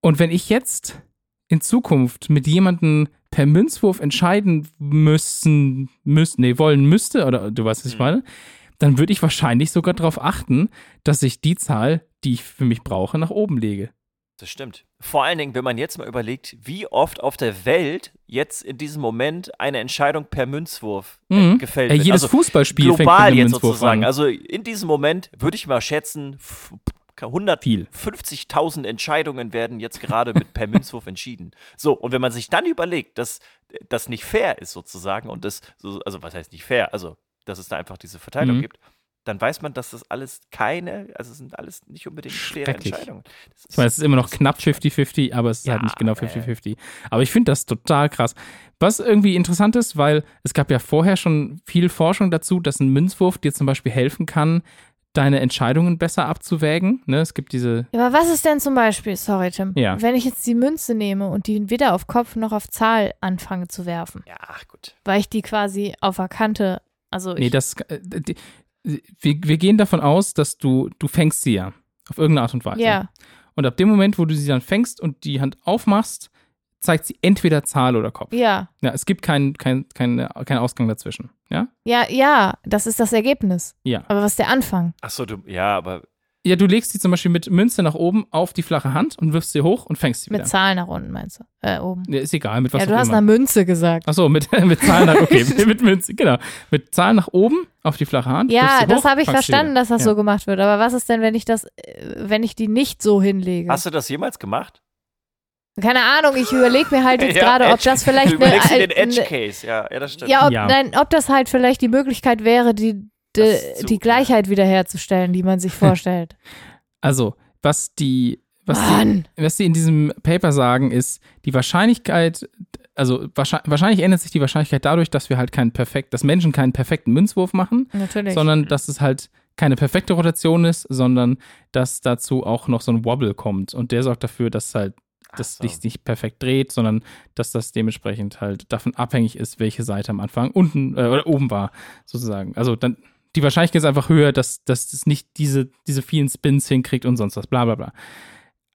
Speaker 1: Und wenn ich jetzt in Zukunft mit jemandem per Münzwurf entscheiden müssen, müssen, nee, wollen müsste, oder du weißt, was ich
Speaker 3: Hm.
Speaker 1: meine, dann würde ich wahrscheinlich sogar darauf achten, dass ich die Zahl, die ich für mich brauche, nach oben lege.
Speaker 3: Oh, Das stimmt. Vor allen Dingen, wenn man jetzt mal überlegt, wie oft auf der Welt jetzt in diesem Moment eine Entscheidung per Münzwurf äh,
Speaker 1: Mhm.
Speaker 3: gefällt
Speaker 1: Äh,
Speaker 3: wird.
Speaker 1: jedes
Speaker 3: also
Speaker 1: Fußballspiel fängt mit
Speaker 3: global
Speaker 1: einem
Speaker 3: jetzt
Speaker 1: Münzwurf
Speaker 3: sozusagen.
Speaker 1: an.
Speaker 3: Also in diesem Moment würde ich mal schätzen, f-
Speaker 1: Viel.
Speaker 3: 150.000 Entscheidungen werden jetzt gerade mit per [laughs] Münzwurf entschieden. So, und wenn man sich dann überlegt, dass das nicht fair ist sozusagen und das, so- also was heißt nicht fair, also dass es da einfach diese Verteilung
Speaker 1: Mhm.
Speaker 3: gibt, dann weiß man, dass das alles keine, also es sind alles nicht unbedingt faire
Speaker 1: Schrecklich.
Speaker 3: Entscheidungen. Das
Speaker 1: Ich meine, es ist immer noch knapp 50-50, aber es ist halt
Speaker 3: Ja,
Speaker 1: nicht genau
Speaker 3: äh.
Speaker 1: 50-50. Aber ich finde das total krass. Was irgendwie interessant ist, weil es gab ja vorher schon viel Forschung dazu, dass ein Münzwurf dir zum Beispiel helfen kann, deine Entscheidungen besser abzuwägen. Ne, es gibt diese.
Speaker 2: Aber was ist denn zum Beispiel, sorry Tim,
Speaker 1: Ja.
Speaker 2: wenn ich jetzt die Münze nehme und die weder auf Kopf noch auf Zahl anfange zu werfen,
Speaker 3: Ja, gut.
Speaker 2: weil ich die quasi auf der Kante, also ich,
Speaker 1: Nee, das. Äh, die, wir, wir gehen davon aus, dass du, du fängst sie ja. Auf irgendeine Art und Weise.
Speaker 2: ja,
Speaker 1: Und ab dem Moment, wo du sie dann fängst und die Hand aufmachst, zeigt sie entweder Zahl oder Kopf.
Speaker 2: ja,
Speaker 1: Ja, es gibt keinen kein, kein, kein Ausgang dazwischen. Ja?
Speaker 2: ja, ja, das ist das Ergebnis.
Speaker 1: Ja.
Speaker 2: Aber was ist der Anfang?
Speaker 3: Achso, du, ja, aber
Speaker 1: Ja, du legst die zum Beispiel mit Münze nach oben auf die flache Hand und wirfst sie hoch und fängst sie
Speaker 2: Mit
Speaker 1: wieder.
Speaker 2: Zahlen nach unten meinst du? Äh, oben.
Speaker 1: Ja, ist egal, mit was
Speaker 2: ja, du
Speaker 1: auch
Speaker 2: hast
Speaker 1: immer.
Speaker 2: eine Münze gesagt.
Speaker 1: Ach so, mit, [laughs] mit Zahlen nach,
Speaker 2: [laughs]
Speaker 1: okay, mit, mit Münze, genau. Mit Zahlen nach oben auf die flache Hand. wirfst
Speaker 2: Ja,
Speaker 1: sie
Speaker 2: das
Speaker 1: hoch,
Speaker 2: habe ich
Speaker 1: fangst sie
Speaker 2: verstanden,
Speaker 1: wieder.
Speaker 2: dass das
Speaker 1: ja.
Speaker 2: so gemacht wird. Aber was ist denn, wenn ich das, äh, wenn ich die nicht so hinlege?
Speaker 3: hast du das jemals gemacht?
Speaker 2: Keine Ahnung, ich überlege mir
Speaker 3: [laughs]
Speaker 2: halt jetzt
Speaker 3: Ja,
Speaker 2: gerade, ob
Speaker 3: Edge-
Speaker 2: das
Speaker 3: Du [laughs]
Speaker 2: vielleicht eine,
Speaker 3: überlegst dir den
Speaker 2: äh, eine,
Speaker 3: Edge-Case, ja, ja, das stimmt.
Speaker 2: Ja, ob,
Speaker 1: Ja.
Speaker 2: Nein, ob das halt vielleicht die Möglichkeit wäre, die,
Speaker 3: Das
Speaker 2: die,
Speaker 3: zu-
Speaker 2: die Gleichheit wiederherzustellen, die
Speaker 3: [laughs]
Speaker 2: man sich vorstellt.
Speaker 1: Also, was die, was die
Speaker 2: Mann!
Speaker 1: was sie in diesem Paper sagen, ist, die Wahrscheinlichkeit, also wahrscheinlich, wahrscheinlich ändert sich die Wahrscheinlichkeit dadurch, dass wir halt keinen perfekt, dass Menschen keinen perfekten Münzwurf machen,
Speaker 2: Natürlich.
Speaker 1: sondern dass es halt keine perfekte Rotation ist, sondern dass dazu auch noch so ein Wobble kommt. Und der sorgt dafür, dass halt das
Speaker 3: Ach so.
Speaker 1: sich nicht perfekt dreht, sondern dass das dementsprechend halt davon abhängig ist, welche Seite am Anfang unten äh, oder oben war, sozusagen. Also dann die Wahrscheinlichkeit ist einfach höher, dass, dass es nicht diese, diese vielen Spins hinkriegt und sonst was, bla bla bla.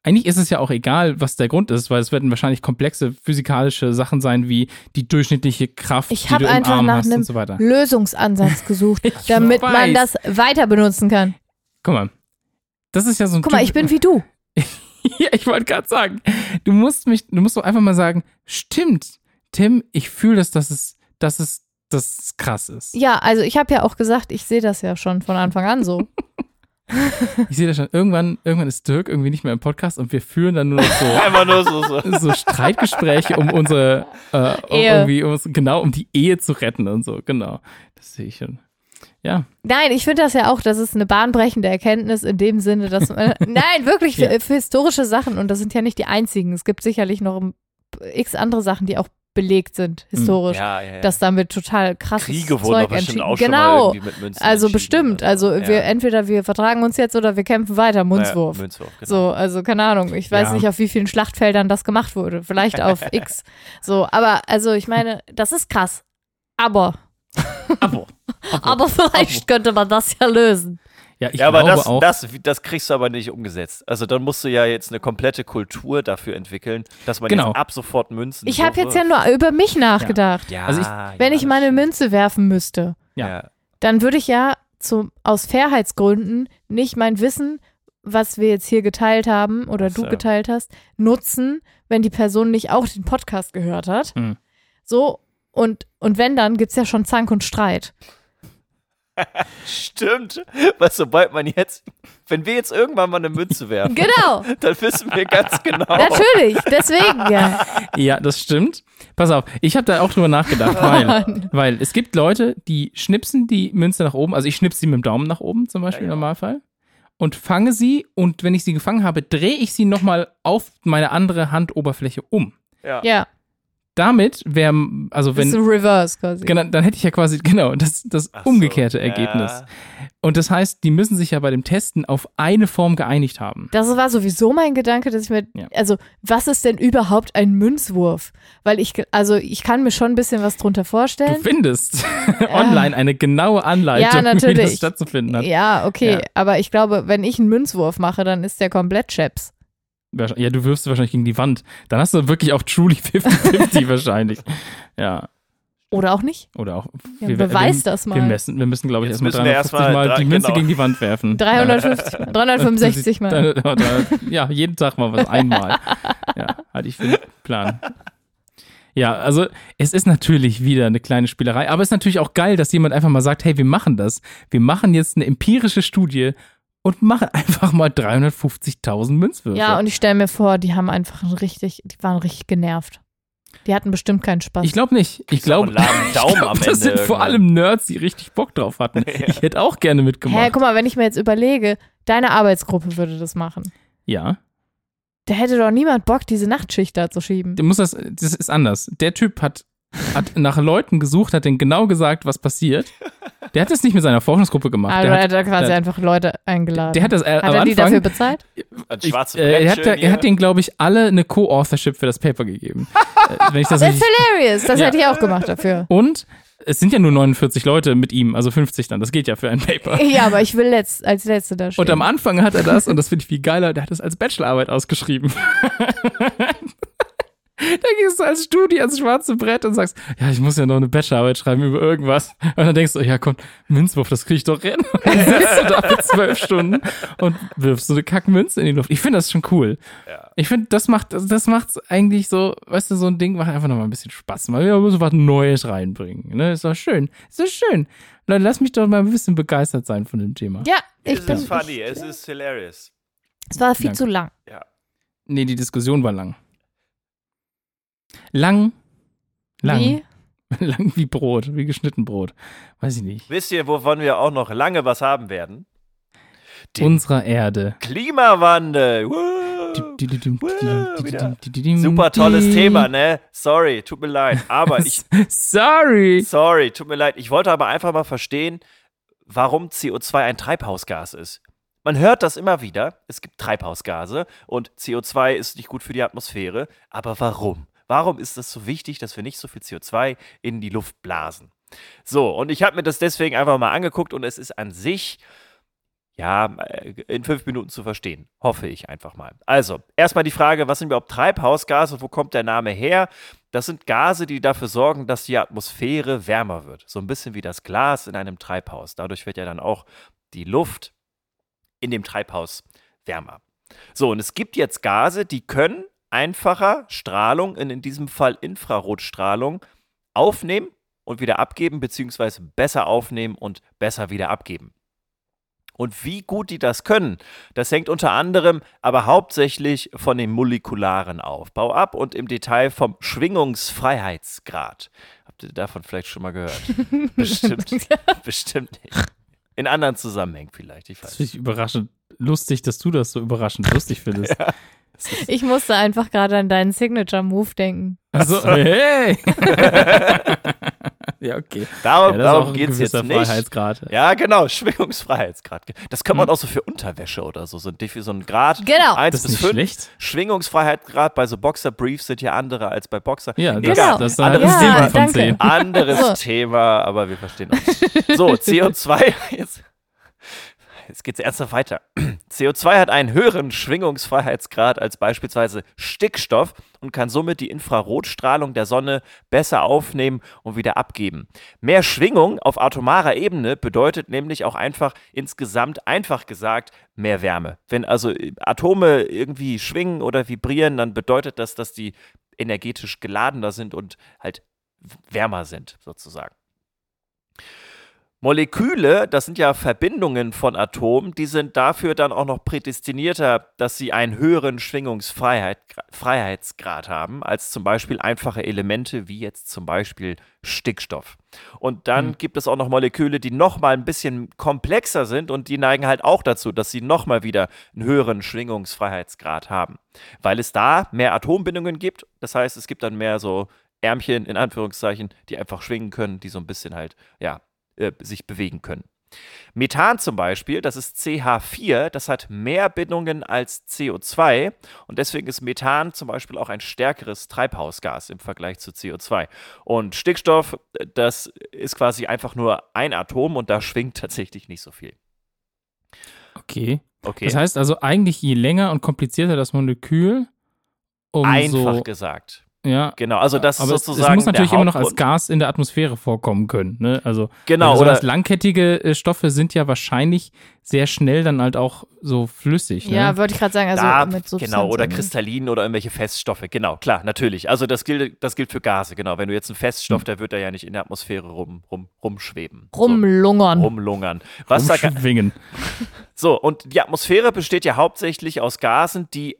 Speaker 1: Eigentlich ist es ja auch egal, was der Grund ist, weil es werden wahrscheinlich komplexe physikalische Sachen sein, wie die durchschnittliche Kraft,
Speaker 2: Ich
Speaker 1: die
Speaker 2: hab
Speaker 1: du im
Speaker 2: einfach
Speaker 1: Arm
Speaker 2: nach
Speaker 1: hast
Speaker 2: einem
Speaker 1: und so weiter.
Speaker 2: Lösungsansatz gesucht,
Speaker 1: [laughs]
Speaker 2: damit man
Speaker 1: weiß.
Speaker 2: das weiter benutzen kann.
Speaker 1: Guck mal. Das ist ja so ein
Speaker 2: Guck mal,
Speaker 1: typ-
Speaker 2: ich bin wie du.
Speaker 1: [laughs] Ja, ich wollte gerade sagen, du musst mich, du musst doch einfach mal sagen, stimmt, Tim, ich fühle das, dass es, dass es, dass es krass ist.
Speaker 2: Ja, also ich habe ja auch gesagt, ich sehe das ja schon von Anfang an so.
Speaker 1: Ich sehe das schon, irgendwann, irgendwann ist Dirk irgendwie nicht mehr im Podcast und wir führen dann nur noch
Speaker 2: [laughs]
Speaker 1: so,
Speaker 3: Einfach nur so.
Speaker 1: [laughs]
Speaker 3: so.
Speaker 1: so Streitgespräche, um unsere, äh, um
Speaker 2: Ehe.
Speaker 1: irgendwie, um, uns- genau, um die Ehe zu retten und so, genau. Das sehe ich schon. Ja.
Speaker 2: Nein, ich finde das ja auch, das ist eine bahnbrechende Erkenntnis in dem Sinne, dass
Speaker 3: [laughs]
Speaker 2: man, nein, wirklich
Speaker 1: Ja.
Speaker 2: für, für historische Sachen und das sind ja nicht die einzigen. Es gibt sicherlich noch ähm, x andere Sachen, die auch belegt sind historisch,
Speaker 3: Hm. Ja, ja, ja.
Speaker 2: dass damit total krass
Speaker 3: Kriege wurden
Speaker 2: Zeug
Speaker 3: aber bestimmt
Speaker 2: entschieden.
Speaker 3: auch schon mal
Speaker 2: genau.
Speaker 3: irgendwie mit Münzen
Speaker 2: also
Speaker 3: entschieden
Speaker 2: bestimmt,
Speaker 3: oder so.
Speaker 2: also
Speaker 3: ja.
Speaker 2: wir entweder wir vertragen uns jetzt oder wir kämpfen weiter Münzwurf.
Speaker 3: Ja, Münzwurf, genau.
Speaker 2: So, also keine Ahnung, ich weiß
Speaker 1: Ja.
Speaker 2: nicht, auf wie vielen Schlachtfeldern das gemacht wurde, vielleicht auf
Speaker 3: [laughs]
Speaker 2: X. So, aber also ich meine, das ist krass. Aber,
Speaker 1: Abo.
Speaker 2: aber [laughs] vielleicht könnte man das ja lösen.
Speaker 1: Ja, ich
Speaker 3: ja, aber
Speaker 1: glaube
Speaker 3: das,
Speaker 1: auch.
Speaker 3: das, das kriegst du aber nicht umgesetzt. Also dann musst du ja jetzt eine komplette Kultur dafür entwickeln, dass man
Speaker 1: Genau.
Speaker 3: jetzt ab sofort Münzen.
Speaker 2: Ich
Speaker 3: so
Speaker 2: habe jetzt ja
Speaker 3: wirft.
Speaker 2: nur über mich nachgedacht.
Speaker 3: ja,
Speaker 1: also ich-
Speaker 3: ja,
Speaker 2: Wenn ich
Speaker 3: das
Speaker 2: meine
Speaker 3: stimmt.
Speaker 2: Münze werfen müsste,
Speaker 1: Ja.
Speaker 3: ja.
Speaker 2: dann würde ich ja zum, aus Fairheitsgründen nicht mein Wissen, was wir jetzt hier geteilt haben oder
Speaker 3: Ach
Speaker 2: du
Speaker 3: so.
Speaker 2: geteilt hast, nutzen, wenn die Person nicht auch den Podcast gehört hat.
Speaker 1: Hm.
Speaker 2: So, und, und wenn, dann gibt es ja schon Zank und Streit.
Speaker 3: Stimmt, weil sobald man jetzt, wenn wir jetzt irgendwann mal eine
Speaker 2: [laughs]
Speaker 3: Münze werfen,
Speaker 2: Genau,
Speaker 3: dann wissen wir ganz genau.
Speaker 2: natürlich, deswegen ja.
Speaker 1: Ja, das stimmt. Pass auf, ich habe da auch drüber
Speaker 3: [laughs]
Speaker 1: nachgedacht, weil, weil es gibt Leute, die schnipsen die Münze nach oben, also ich schnips sie mit dem Daumen nach oben zum Beispiel
Speaker 3: Ja, ja.
Speaker 1: im Normalfall und fange sie und wenn ich sie gefangen habe, drehe ich sie nochmal auf meine andere Handoberfläche um.
Speaker 3: Ja.
Speaker 2: Ja,
Speaker 1: Damit wäre, also
Speaker 2: das ist
Speaker 1: wenn,
Speaker 2: ein Reverse quasi.
Speaker 1: genau, dann hätte ich ja quasi, genau, das, das
Speaker 3: Ach so,
Speaker 1: umgekehrte
Speaker 3: ja.
Speaker 1: Ergebnis. Und das heißt, die müssen sich ja bei dem Testen auf eine Form geeinigt haben.
Speaker 2: Das war sowieso mein Gedanke, dass ich mir,
Speaker 1: Ja.
Speaker 2: also was ist denn überhaupt ein Münzwurf? Weil ich, ge- also ich kann mir schon ein bisschen was drunter
Speaker 1: Du
Speaker 2: vorstellen.
Speaker 1: findest [laughs] online eine genaue
Speaker 2: Ja,
Speaker 1: Anleitung, wie das
Speaker 2: natürlich.
Speaker 1: stattzufinden hat.
Speaker 2: Ja, okay,
Speaker 1: ne? Ja.
Speaker 2: aber ich glaube, wenn ich einen Münzwurf mache, dann ist der komplett Chaps.
Speaker 1: Wahrsch- Ja, du wirfst sie wahrscheinlich gegen die Wand. Dann hast du wirklich auch truly
Speaker 2: [laughs]
Speaker 1: 50-50 wahrscheinlich. Ja.
Speaker 2: Oder auch nicht?
Speaker 1: Oder auch.
Speaker 2: Ja, beweis das
Speaker 1: Wir,
Speaker 2: mal.
Speaker 1: messen, wir müssen, glaube ich,
Speaker 3: Jetzt
Speaker 1: erstmal
Speaker 3: müssen wir
Speaker 1: 350
Speaker 3: erstmal
Speaker 1: Mal die
Speaker 3: drei-
Speaker 1: Münze
Speaker 3: genau.
Speaker 1: gegen die Wand
Speaker 2: [laughs]
Speaker 1: werfen. [laughs]
Speaker 2: 350 mal, 365 mal.
Speaker 1: Dann- dann- dann- Ja, jeden Tag mal was. Einmal. Ja, hatte ich für den Plan. Ja, also es ist natürlich wieder eine kleine Spielerei, aber es ist natürlich auch geil, dass jemand einfach mal sagt, hey, wir machen das. Wir machen jetzt eine empirische Studie und machen [laughs] einfach mal 350.000 Münzwürfe.
Speaker 2: Ja, und ich stelle mir vor, die haben einfach ein richtig, die waren richtig genervt. Die hatten bestimmt keinen Spaß.
Speaker 1: Ich glaube nicht. [laughs] Ich
Speaker 3: Kriegst auch
Speaker 1: glaube,
Speaker 3: einen lahmen Daumen am
Speaker 1: das sind
Speaker 3: Ende
Speaker 1: vor
Speaker 3: irgendwann.
Speaker 1: allem Nerds, die richtig Bock drauf
Speaker 3: [laughs]
Speaker 1: hatten. Ich hätte auch gerne
Speaker 2: Hä,
Speaker 1: mitgemacht.
Speaker 2: guck mal, wenn ich mir jetzt überlege, deine Arbeitsgruppe würde das machen.
Speaker 1: ja,
Speaker 2: Da hätte doch niemand Bock, diese Nachtschicht da zu schieben.
Speaker 1: du musst das, das ist anders. Der Typ hat, hat nach Leuten gesucht, hat denen genau gesagt, was passiert. Der hat das nicht mit seiner Forschungsgruppe gemacht.
Speaker 2: Also
Speaker 1: Der
Speaker 2: er
Speaker 1: hat,
Speaker 2: hat da quasi
Speaker 1: der-
Speaker 2: einfach Leute eingeladen.
Speaker 1: der hat das äh,
Speaker 2: hat
Speaker 1: am
Speaker 2: er die dafür
Speaker 1: Anfang.
Speaker 2: bezahlt?
Speaker 3: Ein
Speaker 1: Ich,
Speaker 3: schwarzes
Speaker 1: äh, er, hat,
Speaker 3: Brettchen
Speaker 1: da- er
Speaker 3: hier.
Speaker 1: hat denen, glaube ich, alle eine Co-Authorship für das Paper
Speaker 2: [laughs]
Speaker 1: gegeben. äh, wenn ich das
Speaker 2: That's
Speaker 1: richtig
Speaker 2: hilarious. Das
Speaker 1: Ja.
Speaker 2: hätte ich auch
Speaker 1: [laughs]
Speaker 2: gemacht dafür.
Speaker 1: und es sind ja nur 49 Leute mit ihm, also 50 dann. Das geht ja für ein Paper.
Speaker 2: Ja, aber ich will letzt, als Letzte da stehen.
Speaker 1: Und am Anfang hat er das, und das finde ich viel geiler, der hat das als Bachelorarbeit ausgeschrieben. [laughs] da gehst du als Studie ans schwarze Brett und sagst, ja, ich muss ja noch eine Bachelorarbeit schreiben über irgendwas. Und dann denkst du, ja komm, Münzwurf, das krieg ich doch hin. Und dann sitzt du da für zwölf Stunden und wirfst so eine Kackmünze in die Luft. Ich finde das schon cool.
Speaker 3: Ja.
Speaker 1: Ich finde, das macht, also das macht's eigentlich so, weißt du, so ein Ding macht einfach nochmal ein bisschen Spaß. Mal wieder so was Neues reinbringen. Ne? Ist doch schön. Ist doch schön. Leute, lass mich doch mal ein bisschen begeistert sein von dem Thema.
Speaker 2: ja, ich
Speaker 3: Es
Speaker 2: bin.
Speaker 3: ist funny, es ist hilarious.
Speaker 2: Es war viel
Speaker 1: Danke.
Speaker 2: zu lang.
Speaker 3: Ja.
Speaker 1: Nee, die Diskussion war lang. Lang. Lang.
Speaker 2: Wie?
Speaker 1: [laughs] Lang wie Brot, wie geschnitten Brot. Weiß ich nicht.
Speaker 3: Wisst ihr, wovon wir auch noch lange was haben werden? Die-
Speaker 1: Unserer Erde.
Speaker 3: Klimawandel. Woo.
Speaker 1: Wieder.
Speaker 3: Super tolles Thema, ne? Sorry, tut mir leid.
Speaker 1: [laughs]
Speaker 3: Aber ich,
Speaker 1: Sorry.
Speaker 3: sorry, tut mir leid. Ich wollte aber einfach mal verstehen, warum CO2 ein Treibhausgas ist. Man hört das immer wieder. Es gibt Treibhausgase und CO2 ist nicht gut für die Atmosphäre. Aber warum? Warum ist das so wichtig, dass wir nicht so viel CO2 in die Luft blasen? So, und ich habe mir das deswegen einfach mal angeguckt und es ist an sich, ja, äh, in fünf Minuten zu verstehen. Hoffe ich einfach mal. Also, erstmal die Frage, was sind überhaupt Treibhausgase? Wo kommt der Name her? Das sind Gase, die dafür sorgen, dass die Atmosphäre wärmer wird. So ein bisschen wie das Glas in einem Treibhaus. Dadurch wird ja dann auch die Luft in dem Treibhaus wärmer. So, und es gibt jetzt Gase, die können einfacher Strahlung, in, in diesem Fall Infrarotstrahlung, aufnehmen und wieder abgeben, beziehungsweise besser aufnehmen und besser wieder abgeben. Und wie gut die das können, das hängt unter anderem, aber hauptsächlich von dem molekularen Aufbau ab und im Detail vom Schwingungsfreiheitsgrad. Habt ihr davon vielleicht schon mal gehört? Bestimmt, [laughs] bestimmt nicht. In anderen Zusammenhängen vielleicht, ich
Speaker 1: Das
Speaker 3: weiß
Speaker 1: finde ich
Speaker 3: nicht.
Speaker 1: überraschend lustig, dass du das so überraschend lustig [laughs] findest.
Speaker 2: Ich musste einfach gerade an deinen Signature-Move denken.
Speaker 1: Also, [laughs] hey! ja, okay. Ja,
Speaker 3: Darum,
Speaker 1: das ist auch
Speaker 3: darum
Speaker 1: ein
Speaker 3: geht es jetzt
Speaker 1: gewisser
Speaker 3: nicht.
Speaker 1: Freiheitsgrad. Hm.
Speaker 3: Ja, genau, [laughs] Schwingungsfreiheitsgrad. Das kann man auch so für Unterwäsche oder so, so ein, Defi- so ein Grad
Speaker 2: Genau.
Speaker 3: 1
Speaker 1: Das ist
Speaker 3: bis
Speaker 1: nicht
Speaker 3: 5.
Speaker 1: schlecht.
Speaker 3: Schwingungsfreiheitsgrad bei so Boxer-Briefs sind ja andere als bei Boxer.
Speaker 1: Ja, das, halt
Speaker 2: Genau.
Speaker 1: das ist ein anderes
Speaker 2: Ja,
Speaker 1: Thema von
Speaker 2: danke.
Speaker 1: 10.
Speaker 3: [laughs] Anderes
Speaker 2: So.
Speaker 3: Thema, aber wir verstehen uns. So, CO2, jetzt, jetzt geht's ernsthaft weiter. CO2 hat einen höheren Schwingungsfreiheitsgrad als beispielsweise Stickstoff und kann somit die Infrarotstrahlung der Sonne besser aufnehmen und wieder abgeben. Mehr Schwingung auf atomarer Ebene bedeutet nämlich auch einfach insgesamt, einfach gesagt, mehr Wärme. Wenn also äh, Atome irgendwie schwingen oder vibrieren, dann bedeutet das, dass die energetisch geladener sind und halt wärmer sind, sozusagen. Moleküle, das sind ja Verbindungen von Atomen, die sind dafür dann auch noch prädestinierter, dass sie einen höheren Schwingungsfreiheitsgrad haben, als zum Beispiel einfache Elemente wie jetzt zum Beispiel Stickstoff. Und dann gibt es auch noch Moleküle, die nochmal ein bisschen komplexer sind und die neigen halt auch dazu, dass sie nochmal wieder einen höheren Schwingungsfreiheitsgrad haben, weil es da mehr Atombindungen gibt. Das heißt, es gibt dann mehr so Ärmchen in Anführungszeichen, die einfach schwingen können, die so ein bisschen halt, ja, äh, sich bewegen können. Methan zum Beispiel, das ist CH4, das hat mehr Bindungen als CO2 und deswegen ist Methan zum Beispiel auch ein stärkeres Treibhausgas im Vergleich zu CO2. Und Stickstoff, äh, das ist quasi einfach nur ein Atom und da schwingt tatsächlich nicht so viel.
Speaker 1: Okay.
Speaker 3: Okay,
Speaker 1: Das heißt also eigentlich, je länger und komplizierter das Molekül, umso.
Speaker 3: einfach gesagt.
Speaker 1: ja.
Speaker 3: Genau, also das
Speaker 1: um Äh, aber
Speaker 3: ist
Speaker 1: es,
Speaker 3: sozusagen
Speaker 1: es muss natürlich
Speaker 3: der
Speaker 1: immer noch als
Speaker 3: Hauptgrund.
Speaker 1: Gas in der Atmosphäre vorkommen können. Ne? Also
Speaker 3: Genau,
Speaker 1: besonders
Speaker 3: oder
Speaker 1: langkettige äh, Stoffe sind ja wahrscheinlich sehr schnell dann halt auch so flüssig. Ne?
Speaker 2: Ja, würde ich gerade sagen, also
Speaker 3: da,
Speaker 2: mit Substanz.
Speaker 3: genau, oder
Speaker 2: irgendwie.
Speaker 3: Kristallinen oder irgendwelche Feststoffe, genau, klar, natürlich. Also das gilt, das gilt für Gase, genau. Wenn du jetzt einen Feststoff,
Speaker 2: Hm.
Speaker 3: der wird da ja nicht in der Atmosphäre rum, rum, rumschweben.
Speaker 2: Rumlungern.
Speaker 3: So, rumlungern.
Speaker 2: [laughs]
Speaker 3: Was da,
Speaker 1: Umschwingen.
Speaker 3: so, und die Atmosphäre besteht ja hauptsächlich aus Gasen, die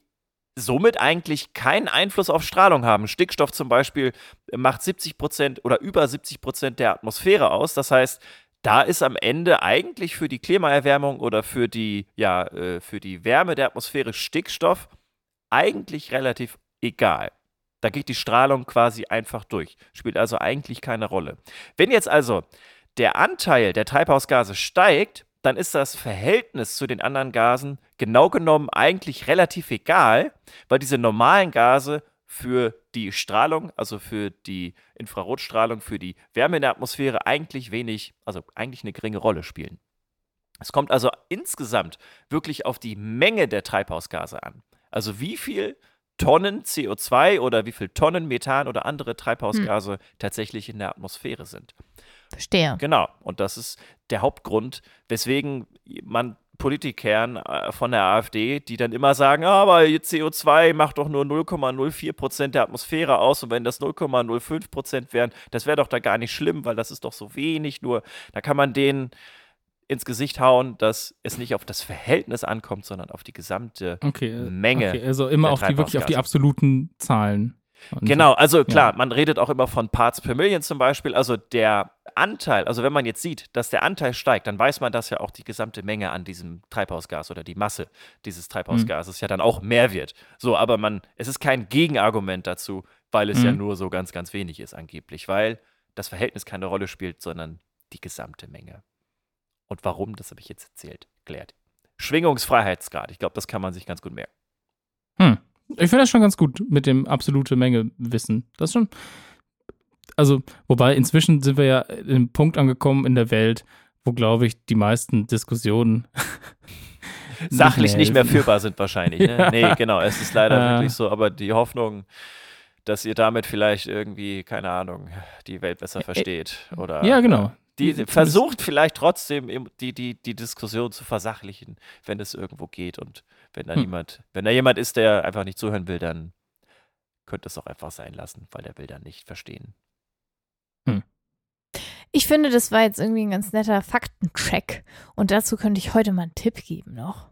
Speaker 3: somit eigentlich keinen Einfluss auf Strahlung haben. Stickstoff zum Beispiel macht 70 Prozent oder über 70 Prozent der Atmosphäre aus. Das heißt, da ist am Ende eigentlich für die Klimaerwärmung oder für die, ja, äh, für die Wärme der Atmosphäre Stickstoff eigentlich relativ egal. Da geht die Strahlung quasi einfach durch. Spielt also eigentlich keine Rolle. Wenn jetzt also der Anteil der Treibhausgase steigt, dann ist das Verhältnis zu den anderen Gasen genau genommen eigentlich relativ egal, weil diese normalen Gase für die Strahlung, also für die Infrarotstrahlung, für die Wärme in der Atmosphäre eigentlich wenig, also eigentlich eine geringe Rolle spielen. Es kommt also insgesamt wirklich auf die Menge der Treibhausgase an. Also wie viel Tonnen CO2 oder wie viel Tonnen Methan oder andere Treibhausgase tatsächlich in der Atmosphäre sind.
Speaker 2: Verstehe.
Speaker 3: Genau, und das ist der Hauptgrund, weswegen man Politikern äh, von der AfD, die dann immer sagen, "Ah, aber ihr CO2 macht doch nur 0,04 Prozent der Atmosphäre aus und wenn das 0,05 Prozent wären, das wäre doch da gar nicht schlimm, weil das ist doch so wenig nur. Da kann man denen ins Gesicht hauen, dass es nicht auf das Verhältnis ankommt, sondern auf die gesamte
Speaker 1: Okay. äh,
Speaker 3: Menge
Speaker 1: Okay, also immer
Speaker 3: der
Speaker 1: auf die wirklich auf die
Speaker 3: Treibhausgase.
Speaker 1: absoluten Zahlen. Und-
Speaker 3: Genau, also klar, man redet auch immer von Parts per Million zum Beispiel. Also der Anteil, also wenn man jetzt sieht, dass der Anteil steigt, dann weiß man, dass ja auch die gesamte Menge an diesem Treibhausgas oder die Masse dieses Treibhausgases ja dann auch mehr wird. So, aber man, es ist kein Gegenargument dazu, weil es ja
Speaker 1: Mhm.
Speaker 3: nur so ganz, ganz wenig ist angeblich, weil das Verhältnis keine Rolle spielt, sondern die gesamte Menge. Und warum, das habe ich jetzt erzählt, erklärt. Schwingungsfreiheitsgrad, ich glaube, das kann man sich ganz gut merken.
Speaker 1: Hm. Ich finde das schon ganz gut mit dem absolute Menge Wissen. Das ist schon. Also, wobei inzwischen sind wir ja in einem Punkt angekommen in der Welt, wo, glaube ich, die meisten Diskussionen
Speaker 3: [laughs] sachlich nicht mehr
Speaker 1: helfen.
Speaker 3: führbar sind wahrscheinlich. Ne?
Speaker 1: [laughs] Ja.
Speaker 3: Nee, genau, es ist leider
Speaker 1: Ja.
Speaker 3: wirklich so, aber die Hoffnung, dass ihr damit vielleicht irgendwie, keine Ahnung, die Welt besser versteht oder
Speaker 1: Ja, genau.
Speaker 3: Die, die versucht vielleicht trotzdem im- die, die, die Diskussion zu versachlichen, wenn es irgendwo geht und wenn da
Speaker 1: Hm.
Speaker 3: jemand, wenn da jemand ist, der einfach nicht zuhören will, dann könnte es auch einfach sein lassen, weil der will dann nicht verstehen.
Speaker 2: Ich finde, das war jetzt irgendwie ein ganz netter Faktencheck. Und dazu könnte ich heute mal einen Tipp geben noch.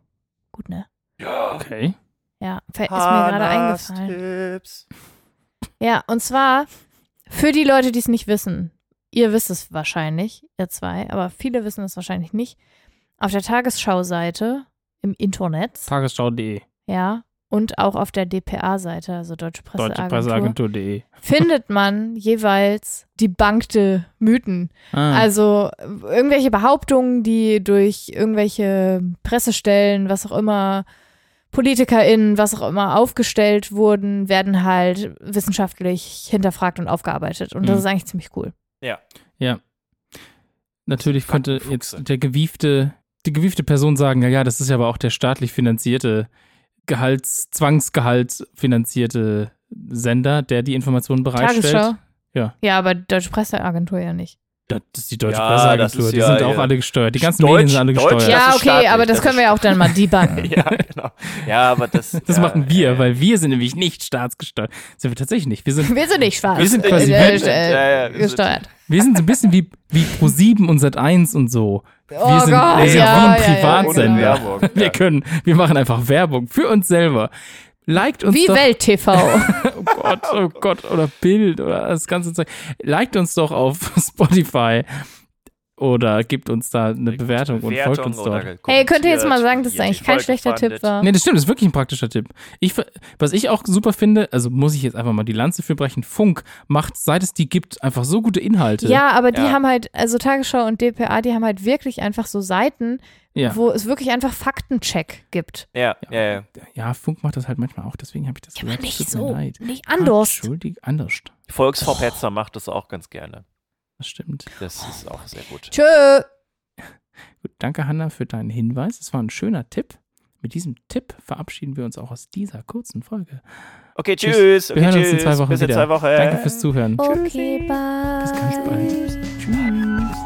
Speaker 2: Gut, ne?
Speaker 1: Okay.
Speaker 2: Ja, fe- ist mir
Speaker 3: Ah,
Speaker 2: gerade
Speaker 3: Hannas
Speaker 2: eingefallen.
Speaker 3: Tipps.
Speaker 2: Ja, und zwar für die Leute, die es nicht wissen. Ihr wisst es wahrscheinlich, ihr zwei, aber viele wissen es wahrscheinlich nicht. Auf der Tagesschau-Seite im Internet,
Speaker 1: Tagesschau.de,
Speaker 2: ja, und auch auf der DPA-Seite, also Deutsche Presseagentur,
Speaker 1: deutsche Presseagentur.de.
Speaker 2: findet man jeweils debunkte Mythen.
Speaker 1: Ah,
Speaker 2: Also äh, irgendwelche Behauptungen, die durch irgendwelche Pressestellen, was auch immer, PolitikerInnen, was auch immer aufgestellt wurden, werden halt wissenschaftlich hinterfragt und aufgearbeitet. Und das
Speaker 1: Mhm.
Speaker 2: ist eigentlich ziemlich cool.
Speaker 1: natürlich könnte
Speaker 3: Faktenfuchse.
Speaker 1: jetzt der gewiefte, die gewiefte Person sagen, ja, ja, das ist ja aber auch der staatlich finanzierte Gehalts, Zwangsgehalt finanzierte Sender, der die Informationen bereitstellt.
Speaker 2: Tagesschau.
Speaker 1: Ja.
Speaker 2: Ja, aber Deutsche Presseagentur ja nicht.
Speaker 1: Das ist die deutsche
Speaker 3: Ja, das
Speaker 1: Presseagentur,
Speaker 3: ist
Speaker 1: die
Speaker 3: ja-
Speaker 1: sind
Speaker 3: ja.
Speaker 1: auch alle gesteuert. Die ganzen
Speaker 3: Deutsch-
Speaker 1: Medien sind alle
Speaker 3: Deutsch-
Speaker 1: gesteuert.
Speaker 3: Ja,
Speaker 2: Ja,
Speaker 3: das ist
Speaker 2: okay,
Speaker 3: staatlich,
Speaker 2: aber das,
Speaker 3: das
Speaker 2: können wir ja auch dann mal debunken.
Speaker 3: [laughs] Ja, genau. Ja, aber das.
Speaker 1: Das
Speaker 3: ja,
Speaker 1: machen wir,
Speaker 3: ja, [laughs]
Speaker 1: weil wir sind nämlich nicht staatsgesteuert. Sind wir tatsächlich nicht. Wir sind,
Speaker 2: Wir sind nicht schwarz.
Speaker 1: Wir sind quasi
Speaker 2: äh,
Speaker 1: Menschen.
Speaker 2: äh,
Speaker 3: Ja, ja, wir sind-
Speaker 2: gesteuert.
Speaker 1: wir sind so ein bisschen wie, wie Pro7 und Sat1 und so. Wir
Speaker 2: Oh
Speaker 1: sind,
Speaker 2: Gott,
Speaker 1: wir sind wie
Speaker 2: ja, ja,
Speaker 1: ein
Speaker 2: ja,
Speaker 1: Privatsender.
Speaker 2: genau.
Speaker 3: Äh, Ohne Werbung,
Speaker 1: [laughs] Wir
Speaker 3: ja.
Speaker 1: können, wir machen einfach Werbung für uns selber. Liked uns
Speaker 2: Wie
Speaker 1: doch.
Speaker 2: Welt-TV.
Speaker 1: Oh Gott, oh Gott, oder Bild oder das ganze Zeug. Liked uns doch auf [laughs] Spotify oder gebt uns da eine Bewertung, und folgt um uns
Speaker 3: oder
Speaker 1: dort.
Speaker 2: Hey, könnt ihr jetzt
Speaker 3: kommentiert,
Speaker 2: mal sagen, dass das
Speaker 3: kommentiert
Speaker 2: eigentlich
Speaker 3: die
Speaker 2: kein
Speaker 3: Folge,
Speaker 2: schlechter Tipp
Speaker 3: fandet.
Speaker 2: war?
Speaker 1: Nee, das stimmt, das ist wirklich ein praktischer Tipp. Ich, ver- was ich auch super finde, also muss ich jetzt einfach mal die Lanze für brechen, Funk macht, seit es die gibt, einfach so gute Inhalte.
Speaker 2: Ja, aber die
Speaker 3: Ja.
Speaker 2: haben halt, also Tagesschau und DPA, die haben halt wirklich einfach so Seiten,
Speaker 1: Ja.
Speaker 2: wo es wirklich einfach Faktencheck gibt.
Speaker 3: Ja, ja, ja.
Speaker 1: ja, Funk macht das halt manchmal auch, deswegen habe ich das gesagt. es tut mir leid.
Speaker 2: nicht
Speaker 1: Ah,
Speaker 2: anders.
Speaker 1: Entschuldigung, anders.
Speaker 3: Volksfrau Petzer macht das auch ganz gerne.
Speaker 1: Das stimmt.
Speaker 3: Das ist auch sehr gut.
Speaker 2: Tschö.
Speaker 1: Gut, danke Hanna für deinen Hinweis. Es war ein schöner Tipp. Mit diesem Tipp verabschieden wir uns auch aus dieser kurzen Folge.
Speaker 3: Okay,
Speaker 1: Tschüss.
Speaker 3: tschüss.
Speaker 1: Wir
Speaker 3: Okay,
Speaker 1: hören uns
Speaker 3: tschüss.
Speaker 1: in zwei Wochen
Speaker 3: Bis in
Speaker 1: wieder.
Speaker 3: zwei Wochen.
Speaker 1: Danke fürs Zuhören.
Speaker 2: Okay, bye.
Speaker 1: Bis ganz bald. Tschüss.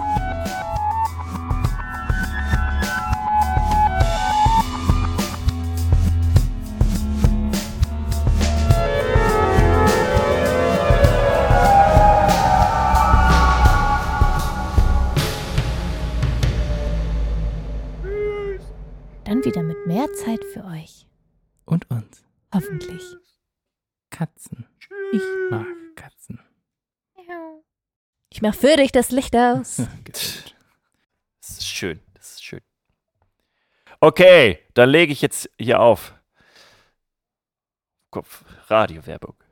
Speaker 2: Dann wieder mit mehr Zeit für euch.
Speaker 1: Und uns.
Speaker 2: Hoffentlich.
Speaker 1: Katzen. Ich mag Katzen.
Speaker 2: Ich mach für dich das Licht
Speaker 1: [laughs]
Speaker 2: aus.
Speaker 1: Ja, genau. gut.
Speaker 3: Das ist schön. Das ist schön. Okay, dann lege ich jetzt hier auf. Kopf. Radiowerbung.